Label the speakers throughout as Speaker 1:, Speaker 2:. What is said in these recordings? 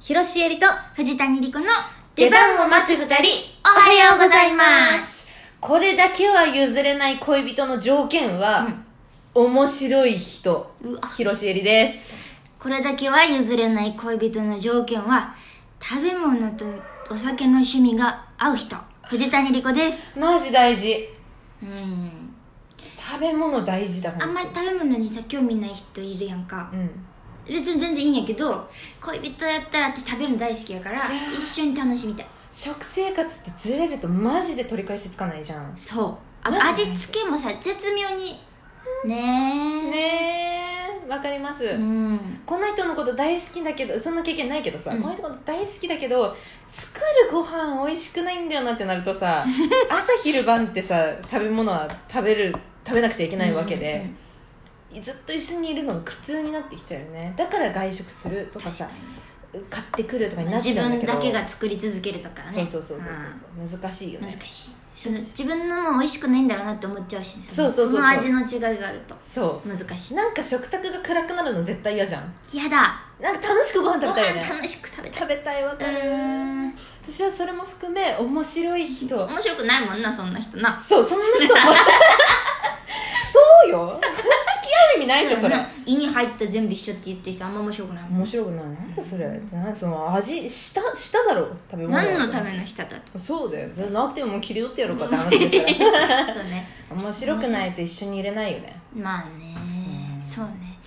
Speaker 1: 広しえりと
Speaker 2: 藤谷莉子の
Speaker 1: 出番を待つ二人
Speaker 2: おはようございます
Speaker 1: これだけは譲れない恋人の条件は、面白い人
Speaker 2: うわ
Speaker 1: 広しえりです
Speaker 2: これだけは譲れない恋人の条件は食べ物とお酒の趣味が合う人藤谷莉子です
Speaker 1: マジ大事
Speaker 2: うん
Speaker 1: 食べ物大事だもん
Speaker 2: あんまり食べ物にさ興味ない人いるやんか
Speaker 1: うん
Speaker 2: 別に全然いいんやけど恋人やったら私食べるの大好きやから一緒に楽しみたい
Speaker 1: 食生活ってずれるとマジで取り返しつかないじゃん
Speaker 2: そうあ
Speaker 1: マジ
Speaker 2: 味
Speaker 1: で
Speaker 2: 付けもさ絶妙にねえ
Speaker 1: ねえわかります、
Speaker 2: うん
Speaker 1: この人のこと大好きだけどそんな経験ないけどさ、
Speaker 2: うん
Speaker 1: この人のこと大好きだけど作るご飯美味しくないんだよなってなると さ朝昼晩ってさ食べ物は食べる食べなくちゃいけないわけで、ずっと一緒にいるのが苦痛になってきちゃうよねだから外食するとかさ買ってくるとかになっち
Speaker 2: 自
Speaker 1: ゃうんだ
Speaker 2: 分
Speaker 1: けど
Speaker 2: だけが作り続けるとかね
Speaker 1: そうそうそうそうそうそう難しいよ
Speaker 2: うん難
Speaker 1: ね
Speaker 2: しいその自分のも美味しくないんだろうなって思っちゃうしねの
Speaker 1: そうそうそうそう
Speaker 2: の味の違いがあると
Speaker 1: そ
Speaker 2: 難し
Speaker 1: うなんか食卓が暗くなるの絶対嫌じゃん
Speaker 2: いやだ
Speaker 1: なんか楽しくご飯
Speaker 2: ご
Speaker 1: 食べたいよ
Speaker 2: 飯
Speaker 1: ね
Speaker 2: 楽しく食べたい
Speaker 1: 食べたいわ
Speaker 2: う
Speaker 1: かる
Speaker 2: ーん
Speaker 1: 私はそれも含め面白い人
Speaker 2: 面白くないもんなそんな人な
Speaker 1: そう、そんな人も。 そうよ。付き合う意味ないでしょ、それ
Speaker 2: な。胃に入った全部一緒って言ってる人あんま面白くないもん
Speaker 1: 面白くない。なんだそれ。なんその味、舌、舌だろ、食べ物。
Speaker 2: 何のための人だと
Speaker 1: そうだよ。じゃなくてももう切り取ってやろうかって話ですか
Speaker 2: そうね
Speaker 1: ら。面白くないと一緒にいれないよね。
Speaker 2: まあねそうね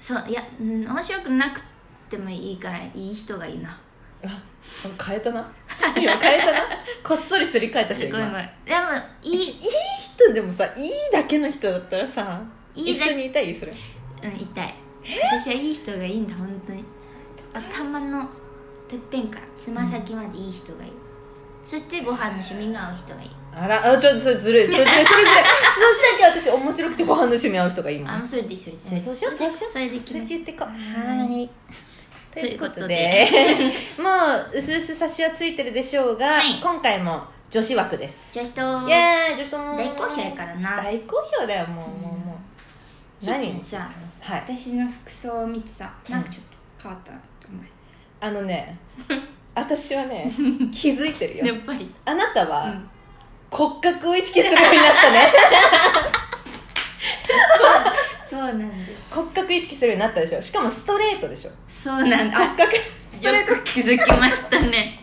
Speaker 2: そういや、うん、面白くなくてもいいからいい人がいいな
Speaker 1: あ、変えたな。今変えたな。こっそりすり替えたし、
Speaker 2: すごいごめん
Speaker 1: 今。
Speaker 2: でもいい
Speaker 1: いい人でもさ、いいだけの人だったらさ、
Speaker 2: いい
Speaker 1: 一
Speaker 2: だけ
Speaker 1: 緒にいたいそれ。
Speaker 2: うん痛い私はいい人がいいんだ本当に頭のてっぺんからつま先までいい人がいい、そしてご飯の趣味が合う人がいい
Speaker 1: あら、あ、ちょっとそれずるい、それずるい、それずるい。そうしたけ私面白くてご飯の趣味合う人がいいもん
Speaker 2: あもうそれでいいそれでいい
Speaker 1: そうしようそうしよう
Speaker 2: それでいき
Speaker 1: それ
Speaker 2: ま
Speaker 1: で
Speaker 2: し
Speaker 1: 言
Speaker 2: ょう
Speaker 1: ってこう
Speaker 2: は
Speaker 1: はいと
Speaker 2: と
Speaker 1: い
Speaker 2: いうう
Speaker 1: こ
Speaker 2: ことと
Speaker 1: で
Speaker 2: で
Speaker 1: もう薄々差しはついてるでしょうが、
Speaker 2: はい
Speaker 1: 今回も女子枠です
Speaker 2: じゃあ人
Speaker 1: いやー女子とも
Speaker 2: 大好評やからな
Speaker 1: 大好評だよもうもうもう
Speaker 2: キッチン
Speaker 1: 何
Speaker 2: さ
Speaker 1: はい
Speaker 2: 私の服装を見てさなんかちょっと変わったなって思う
Speaker 1: あの ね私はね気づいてる
Speaker 2: や
Speaker 1: よ
Speaker 2: っぱり
Speaker 1: あなたは、
Speaker 2: うん
Speaker 1: 骨格を意識するようになったね
Speaker 2: そうなんです
Speaker 1: 骨格意識するようになったでしょしかもストレートでしょ
Speaker 2: そうなんだ
Speaker 1: 骨
Speaker 2: あ
Speaker 1: 格ストレ
Speaker 2: よ
Speaker 1: ート
Speaker 2: く気づきました ね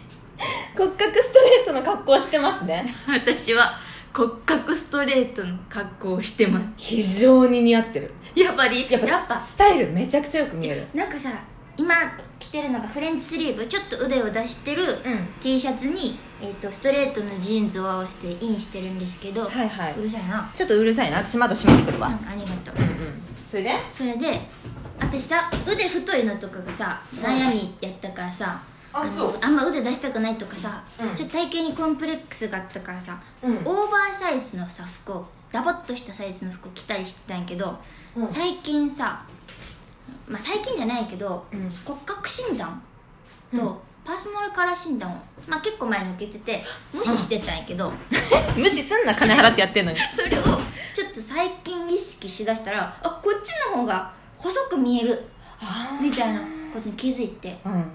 Speaker 1: 骨格ストレートの格好をしてますね
Speaker 2: 私は骨格ストレートの格好をしてます
Speaker 1: 非常に似合ってる
Speaker 2: やっぱり
Speaker 1: やっぱスタイルめちゃくちゃよく見える
Speaker 2: なんかさ今着てるのがフレンチスリーブちょっと腕を出してる
Speaker 1: うん
Speaker 2: T シャツに、えっとストレートのジーンズを合わせてインしてるんですけど、
Speaker 1: はいはいう
Speaker 2: るさいな
Speaker 1: ちょっとうるさいな私窓閉めてくるわ
Speaker 2: なんかありがとう
Speaker 1: うんうんそれで
Speaker 2: それで私さ腕太いのとかがさ悩みやったからさ
Speaker 1: あ
Speaker 2: の
Speaker 1: そう
Speaker 2: あんま腕出したくないとかさ、
Speaker 1: うん
Speaker 2: ちょっと体型にコンプレックスがあったからさ、
Speaker 1: うん
Speaker 2: オーバーサイズのさ服をダボっとしたサイズの服を着たりしてたんやけど、
Speaker 1: うん
Speaker 2: 最近さまあ最近じゃないけど、
Speaker 1: うん
Speaker 2: 骨格診断
Speaker 1: う
Speaker 2: とパーソナルカラー診断を、まあ、結構前に受けてて無視してたんやけど、
Speaker 1: 無視すんな金払ってやってんのに
Speaker 2: それをちょっと最近意識しだしたらあこっちの方が細く見える
Speaker 1: あ
Speaker 2: みたいなことに気づいて
Speaker 1: あうん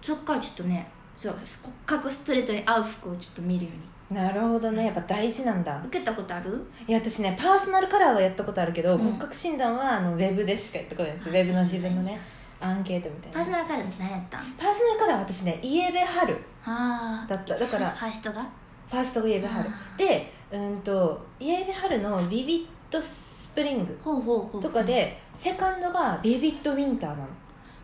Speaker 2: そっからちょっとねそう骨格ストレートに合う服をちょっと見るよう
Speaker 1: なるほどねやっぱ大事なんだ
Speaker 2: に受けたことある
Speaker 1: いや私ねパーソナルカラーはやったことあるけど、
Speaker 2: うん
Speaker 1: 骨格診断はあのウェブでしかやったことないですウ
Speaker 2: あ
Speaker 1: ェブの自分のねアンケートみたい
Speaker 2: パー
Speaker 1: な
Speaker 2: ソナルカラーって何やったん
Speaker 1: パーソナルカラーは私ねイエベハル
Speaker 2: あー
Speaker 1: だっただから
Speaker 2: ファーストが
Speaker 1: ファーストがイエベハル
Speaker 2: あ
Speaker 1: でうんとイエベハルのビビットスプリング
Speaker 2: ほうほうほう
Speaker 1: とかでセカンドがビビットウィンターなの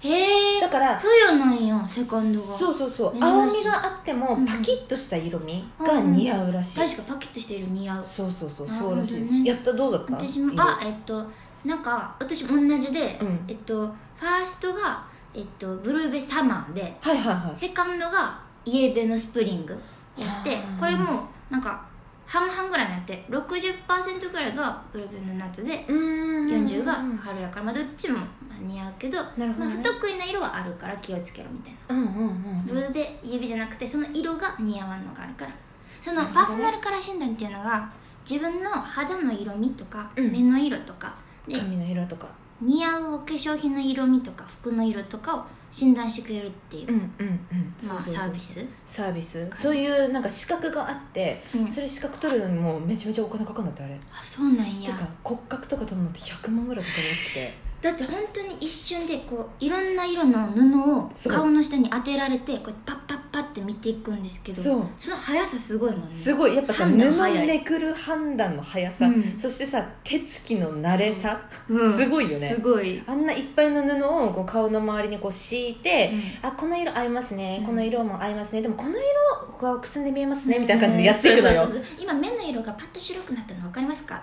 Speaker 2: へえ
Speaker 1: だから
Speaker 2: 冬なんやセカンドが
Speaker 1: そうそうそう
Speaker 2: 珍しい
Speaker 1: 青みがあっても
Speaker 2: うん
Speaker 1: パキッとした色味が似合うらしい、
Speaker 2: 確かパキッとしてる似合う
Speaker 1: そうそうそう
Speaker 2: なる
Speaker 1: そう
Speaker 2: ほど
Speaker 1: ら
Speaker 2: ね
Speaker 1: しいです、やったどうだった
Speaker 2: 私も
Speaker 1: 色
Speaker 2: あえっとなんか私も同じで、
Speaker 1: うん
Speaker 2: えっとファーストが、えっと、ブルーベサマーで
Speaker 1: はいはいはい
Speaker 2: セカンドがイエベのスプリングやって
Speaker 1: はあ
Speaker 2: これもなんか半々ぐらいになって60%ぐらいがブルベの夏で
Speaker 1: うん
Speaker 2: 40が春やから、まあ、どっちもまあ似合うけど
Speaker 1: なるほどね
Speaker 2: まあ、不得意な色はあるから気をつけろみたいな
Speaker 1: うんうんうん
Speaker 2: ブルベイエベじゃなくてその色が似合わんのがあるからその
Speaker 1: なるほ
Speaker 2: パ
Speaker 1: どね
Speaker 2: ーソナルカラー診断っていうのが自分の肌の色味とか
Speaker 1: うん
Speaker 2: 目の色とかで
Speaker 1: 髪の色とか
Speaker 2: 似合うお化粧品の色味とか服の色とかを診断してくれるっていう、
Speaker 1: うんうんうん
Speaker 2: まあ、サービス、
Speaker 1: サービスそういうなんか資格があって、
Speaker 2: うん
Speaker 1: それ資格取るのにもうめちゃめちゃお金かかるんだってあれ
Speaker 2: あそうなん
Speaker 1: 知って
Speaker 2: や
Speaker 1: た骨格とか取るのって100万ぐらいかかるらしくて
Speaker 2: だって本当に一瞬でこういろんな色の布を
Speaker 1: そう
Speaker 2: 顔の下に当てられてこうパッパッパって見ていくんですけど
Speaker 1: そう
Speaker 2: の速さすごいもんね
Speaker 1: すごいやっぱさ布
Speaker 2: 判断早い
Speaker 1: めくる判断の速さ、
Speaker 2: うん
Speaker 1: そしてさ手つきの慣れさ
Speaker 2: うん
Speaker 1: すごいよね
Speaker 2: すごい、
Speaker 1: あんないっぱいの布をこう顔の周りにこう敷いて、あこの色合いますね、
Speaker 2: うん
Speaker 1: この色も合いますねでもこの色がくすんで見えますね、
Speaker 2: うん
Speaker 1: みたいな感じでやっていくのよ
Speaker 2: そうそうそうそう今目の色がパッと白くなったの分かり ますか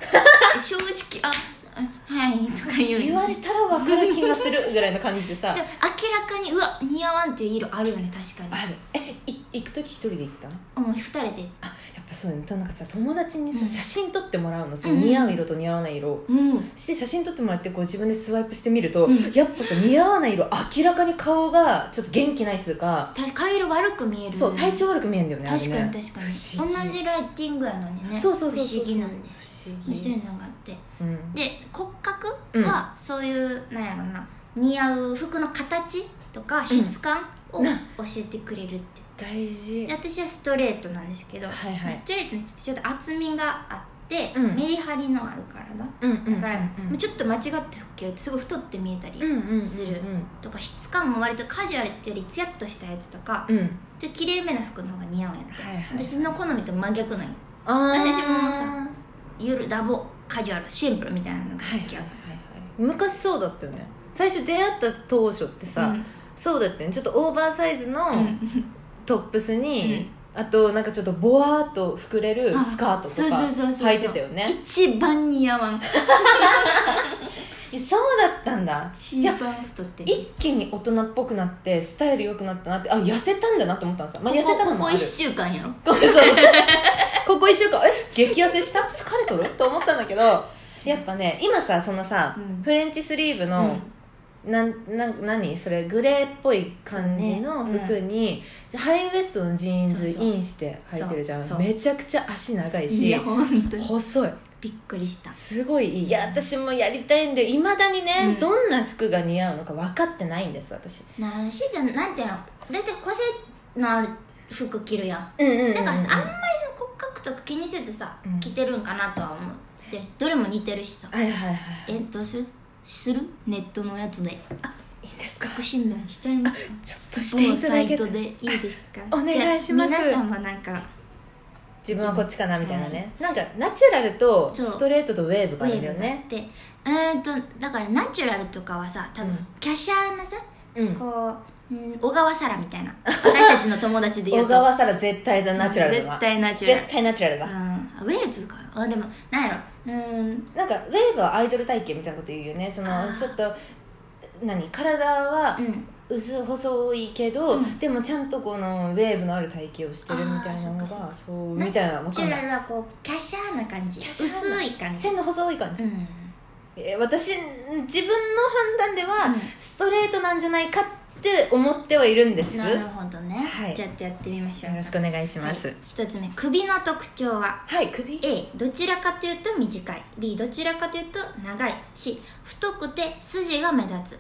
Speaker 2: 正直ああはいとか言う
Speaker 1: 言われたら分かる気がするぐらいの感じでさ
Speaker 2: でも明らかにうわ似合わんっていう色あるよね確か
Speaker 1: あるえい行く時一人で行ったの
Speaker 2: にうん二人で
Speaker 1: あやっぱそうねとなんかさ友達にさ、
Speaker 2: うん
Speaker 1: 写真撮ってもらうのその
Speaker 2: うんうん
Speaker 1: 似合う色と似合わない色を、
Speaker 2: うん
Speaker 1: して写真撮ってもらってこう自分でスワイプしてみると、
Speaker 2: うん
Speaker 1: やっぱさ似合わない色明らかに顔がちょっと元気ないっつうか、
Speaker 2: 確か顔色悪く見える、ね、
Speaker 1: そう体調悪く見えるんだよね
Speaker 2: 確か
Speaker 1: あれ
Speaker 2: に
Speaker 1: ね
Speaker 2: 確か
Speaker 1: 不思
Speaker 2: に
Speaker 1: 議
Speaker 2: 同じライティングやのにね
Speaker 1: そうそうそうそう
Speaker 2: 不思議なんです
Speaker 1: 不思議
Speaker 2: そういうのがあって
Speaker 1: うん
Speaker 2: で骨格はそういう、なんやろな似合う服の形とか質感を
Speaker 1: うん
Speaker 2: 教
Speaker 1: な
Speaker 2: えてくれるって、
Speaker 1: 大事
Speaker 2: で私はストレートなんですけど、
Speaker 1: はいはい
Speaker 2: ストレートの人ってちょっと厚みがあって、
Speaker 1: うん
Speaker 2: メリハリのある体
Speaker 1: うんうんうん
Speaker 2: だから、
Speaker 1: うん
Speaker 2: もうちょっと間違って吹けるとすごい太って見えたり、
Speaker 1: うんうん
Speaker 2: する
Speaker 1: うん
Speaker 2: とか質感も割とカジュアルっていうよりツヤっとしたやつとか、
Speaker 1: うん
Speaker 2: で綺麗めな服の方が似合うんやって、
Speaker 1: はいはい
Speaker 2: 私の好みと真逆なんよ
Speaker 1: あー
Speaker 2: 私もさゆるダボカジュアルシンプルみたいなのが好きやか
Speaker 1: 昔そうだったよね最初出会った当初って
Speaker 2: ら
Speaker 1: さ、
Speaker 2: うん
Speaker 1: そうだったよねちょっとオーバーサイズの
Speaker 2: うん
Speaker 1: トップスに、あとなんかちょっとボワーっと膨れるスカートとか
Speaker 2: そうそうそうそう
Speaker 1: 履いてたよね
Speaker 2: 一番似合わん
Speaker 1: いやそうだったんだ
Speaker 2: 一番太ってる
Speaker 1: 一気に大人っぽくなってスタイル良くなったなってあ痩せたんだなって思ったんですよ、まあ、
Speaker 2: こ
Speaker 1: 痩せた
Speaker 2: こ
Speaker 1: の
Speaker 2: こ
Speaker 1: も
Speaker 2: こ
Speaker 1: あ
Speaker 2: 1
Speaker 1: る
Speaker 2: 週間やろ
Speaker 1: ここ そうここ1週間え激痩せした疲れとると思ったんだけ どやっぱね今さそのさ、
Speaker 2: うん
Speaker 1: フレンチスリーブの、なんなん何それグレーっぽい感じの
Speaker 2: ねうん
Speaker 1: 服に、ハイウエストのジーンズインして履いてるじゃん
Speaker 2: そうそう
Speaker 1: めちゃくちゃ足長い
Speaker 2: い
Speaker 1: し
Speaker 2: や本当に
Speaker 1: 細い
Speaker 2: びっくりした
Speaker 1: すごいいいいや私もやりたいんでいまだにね、
Speaker 2: うん
Speaker 1: どんな服が似合うのか分かってないんです私
Speaker 2: なしーちゃんなんていうの大体個性のある服着るやん
Speaker 1: うんうんうんうん
Speaker 2: だからさあんまりその骨格とか気にせずさ、
Speaker 1: うん
Speaker 2: 着てるんかなとは思ってどれも似てるしさ
Speaker 1: はいはいはい
Speaker 2: えどうするするネットのやつであ
Speaker 1: いいんですか
Speaker 2: 僕診断しちゃいますか
Speaker 1: ちょっとしていただけた
Speaker 2: 某サイトでいいですか
Speaker 1: お願いします
Speaker 2: じゃあ皆さんはなんか
Speaker 1: 自分はこっちかなみたいなね、なんかナチュラルと
Speaker 2: そう
Speaker 1: ストレートとウェーブ
Speaker 2: ウ
Speaker 1: があ
Speaker 2: ェ
Speaker 1: るんだよ
Speaker 2: ーブがあっ
Speaker 1: ね
Speaker 2: てうーんとだからナチュラルとかはさ多分、
Speaker 1: うん
Speaker 2: 華奢なさ
Speaker 1: うん
Speaker 2: こう、うん、小川沙羅みたいな私たちの友達で言う
Speaker 1: 小
Speaker 2: と
Speaker 1: 川さら絶対ザナチュラルだな
Speaker 2: 絶対ナチュラル
Speaker 1: 絶対ナチュラルだ、
Speaker 2: うん、ウェーブかなあでもなんやろうーん
Speaker 1: なんかウェーブはアイドル体型みたいなこと言うよねそ
Speaker 2: あ
Speaker 1: の
Speaker 2: ー
Speaker 1: ちょっと何体は
Speaker 2: うん
Speaker 1: 薄細いけど、
Speaker 2: うん
Speaker 1: でもちゃんとこのウェーブのある体型をしてるみたいなの
Speaker 2: あ
Speaker 1: がそうみたいなわ
Speaker 2: ナチ
Speaker 1: かん
Speaker 2: ュ
Speaker 1: な
Speaker 2: ラ
Speaker 1: い
Speaker 2: ルはこう華奢な感じ
Speaker 1: 華
Speaker 2: 薄
Speaker 1: 奢ない
Speaker 2: 感じ
Speaker 1: 線の細い感じ、
Speaker 2: うん
Speaker 1: えー私自分の判断では、
Speaker 2: うん
Speaker 1: ストレートなんじゃないかって思ってはいるんです
Speaker 2: なるほどね、
Speaker 1: はい
Speaker 2: じゃあやってみましょう
Speaker 1: よろしくお願いします
Speaker 2: はい一つ目首の特徴は
Speaker 1: はい、首
Speaker 2: A どちらかというと短い B どちらかというと長い C 太くて筋が目立つ、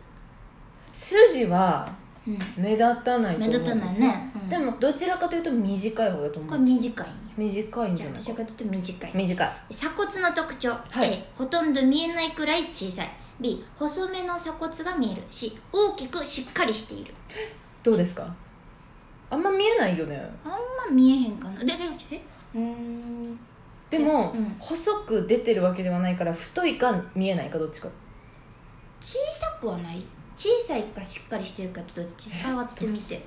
Speaker 1: 筋は
Speaker 2: うん、
Speaker 1: 目立たないと思う
Speaker 2: 目
Speaker 1: んで
Speaker 2: 立
Speaker 1: す
Speaker 2: たないね、うん
Speaker 1: でもどちらかというと短い方だと思
Speaker 2: これ
Speaker 1: う
Speaker 2: 短いんよ
Speaker 1: 短いんじ
Speaker 2: じ
Speaker 1: ゃ
Speaker 2: ゃ
Speaker 1: な
Speaker 2: あど
Speaker 1: い
Speaker 2: ちら
Speaker 1: か
Speaker 2: かというと短い
Speaker 1: 短い
Speaker 2: 鎖骨の特徴、
Speaker 1: はい
Speaker 2: A ほとんど見えないくらい小さい B 細めの鎖骨が見える C 大きくしっかりしている
Speaker 1: どうですかあんま見えないよね
Speaker 2: あんま見えへんかなででえうーん
Speaker 1: でも、
Speaker 2: うん
Speaker 1: 細く出てるわけではないから太いか見えないかどっちか
Speaker 2: 小さくはない小さいかしっかりしてるかってどっち触ってみて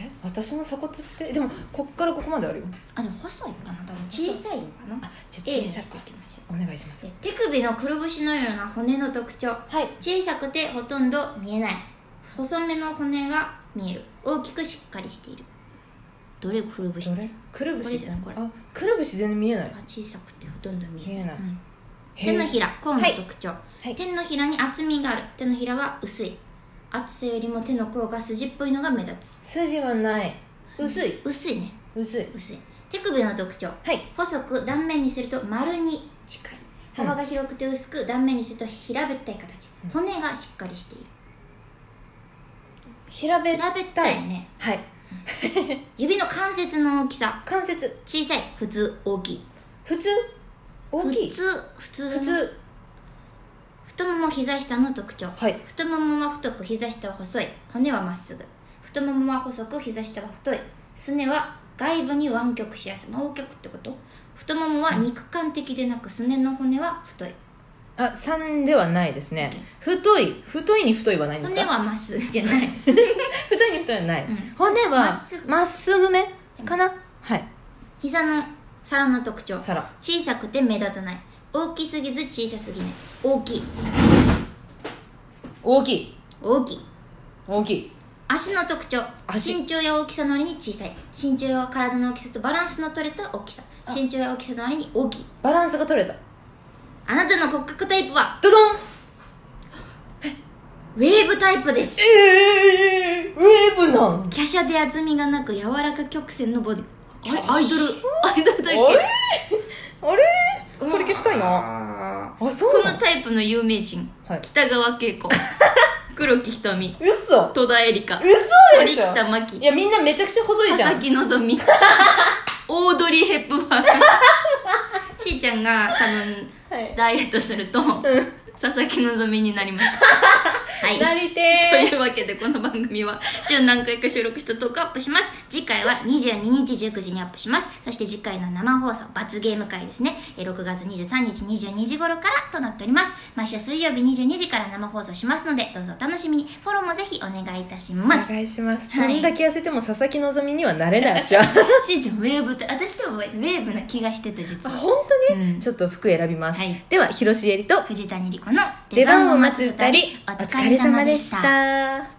Speaker 1: え私の鎖骨ってでもこっからここまであるよ
Speaker 2: あでも細いかな多分小さいのかな
Speaker 1: あじゃあ
Speaker 2: A
Speaker 1: 小
Speaker 2: に
Speaker 1: さ
Speaker 2: してい
Speaker 1: く
Speaker 2: きましょ
Speaker 1: お願いします
Speaker 2: う手首のくるぶしのような骨の特徴
Speaker 1: はい
Speaker 2: 小さくてほとんど見えない細めの骨が見える大きくしっかりしているどれくるぶし
Speaker 1: ど
Speaker 2: って
Speaker 1: れくるぶ
Speaker 2: こ
Speaker 1: し
Speaker 2: れじゃないこれ
Speaker 1: あくるぶし全然見えない
Speaker 2: あ小さくてほとんど見
Speaker 1: 見え
Speaker 2: えない
Speaker 1: ない
Speaker 2: うん
Speaker 1: へ
Speaker 2: 手
Speaker 1: え
Speaker 2: のひら甲の特徴、
Speaker 1: い
Speaker 2: 手のひらに厚みがある手のひらは薄い厚さよりも手の甲が筋っぽいのが目立つ
Speaker 1: 筋はない薄い
Speaker 2: 薄いね
Speaker 1: 薄い
Speaker 2: 薄い手首の特徴
Speaker 1: はい
Speaker 2: 細く断面にすると丸に近い幅が広くて薄く断面にすると平べったい形、骨がしっかりしている
Speaker 1: 平べっ
Speaker 2: 平べったいね
Speaker 1: はい
Speaker 2: 指の関節の大きさ
Speaker 1: 関節
Speaker 2: 小さい普通大きい
Speaker 1: 普通大きい
Speaker 2: 普通普通だ
Speaker 1: 普
Speaker 2: な
Speaker 1: 通
Speaker 2: 太もも膝下の特徴
Speaker 1: はい
Speaker 2: 太ももは太く膝下は細い骨はまっすぐ太ももは細く膝下は太いすねは外部に湾曲しやすい湾曲ってこと太ももは肉感的でなくすねの骨は太い
Speaker 1: あ三ではないですね太い太いに太いはないんです
Speaker 2: 骨
Speaker 1: か
Speaker 2: はまっすぐじゃない
Speaker 1: 太いに太いはない、
Speaker 2: うん
Speaker 1: 骨
Speaker 2: ま
Speaker 1: は
Speaker 2: っすぐ
Speaker 1: まっすぐめかなはい
Speaker 2: 膝の皿の特徴
Speaker 1: 皿
Speaker 2: 小さくて目立たない大きすぎず小さすぎない大きい
Speaker 1: 大きい
Speaker 2: 大きい
Speaker 1: 大きい
Speaker 2: 足の特徴
Speaker 1: 足
Speaker 2: 身長や大きさの割に小さい身長や体の大きさとバランスの取れた大きさ身長や大きさの割に大きい
Speaker 1: バランスが取れた
Speaker 2: あなたの骨格タイプは
Speaker 1: ドドン
Speaker 2: ウェーブタイプです
Speaker 1: えー、ウェーブなん
Speaker 2: 華奢で厚みがなく柔らか曲線のボディ
Speaker 1: 華奢
Speaker 2: あアイドルアイドルタイプ
Speaker 1: あれあれ取り消したいな
Speaker 2: な
Speaker 1: あそう
Speaker 2: こ
Speaker 1: なの
Speaker 2: のタイプの有名人
Speaker 1: はい
Speaker 2: 北川 景子黒木瞳
Speaker 1: 嘘
Speaker 2: 戸田恵梨香
Speaker 1: 嘘で
Speaker 2: 堀
Speaker 1: しょ
Speaker 2: 北真
Speaker 1: い
Speaker 2: 希
Speaker 1: やみんなめちゃくちゃ細い
Speaker 2: 佐
Speaker 1: じゃ
Speaker 2: 々
Speaker 1: ん
Speaker 2: 木希オードリー・ヘップバーンしーちゃんが多分
Speaker 1: はい
Speaker 2: ダイエットすると佐々木希に なりますはい
Speaker 1: なりて
Speaker 2: とい
Speaker 1: ー
Speaker 2: うわけでこの番組は週何回か収録したトークアップします次回は22日19時にアップしますそして次回の生放送罰ゲーム会ですねえー6月23日22時頃からとなっております毎週水曜日22時から生放送しますのでどうぞお楽しみにフォローもぜひお願いいたし
Speaker 1: お
Speaker 2: ます
Speaker 1: 願いします、
Speaker 2: は
Speaker 1: ど
Speaker 2: い
Speaker 1: んだけ痩せても佐々木希にはなれ ないじゃん
Speaker 2: しーちゃんウェーブって私でもウェーブな気がしてた実
Speaker 1: あ
Speaker 2: は
Speaker 1: 本当に、
Speaker 2: うん
Speaker 1: ちょっと服選びます、
Speaker 2: はい
Speaker 1: では広瀬えりと
Speaker 2: 藤谷莉子の
Speaker 1: 出番を待つ二人お
Speaker 2: お
Speaker 1: 疲
Speaker 2: 疲
Speaker 1: れ
Speaker 2: れ
Speaker 1: 様
Speaker 2: 様
Speaker 1: で
Speaker 2: で
Speaker 1: し
Speaker 2: した
Speaker 1: た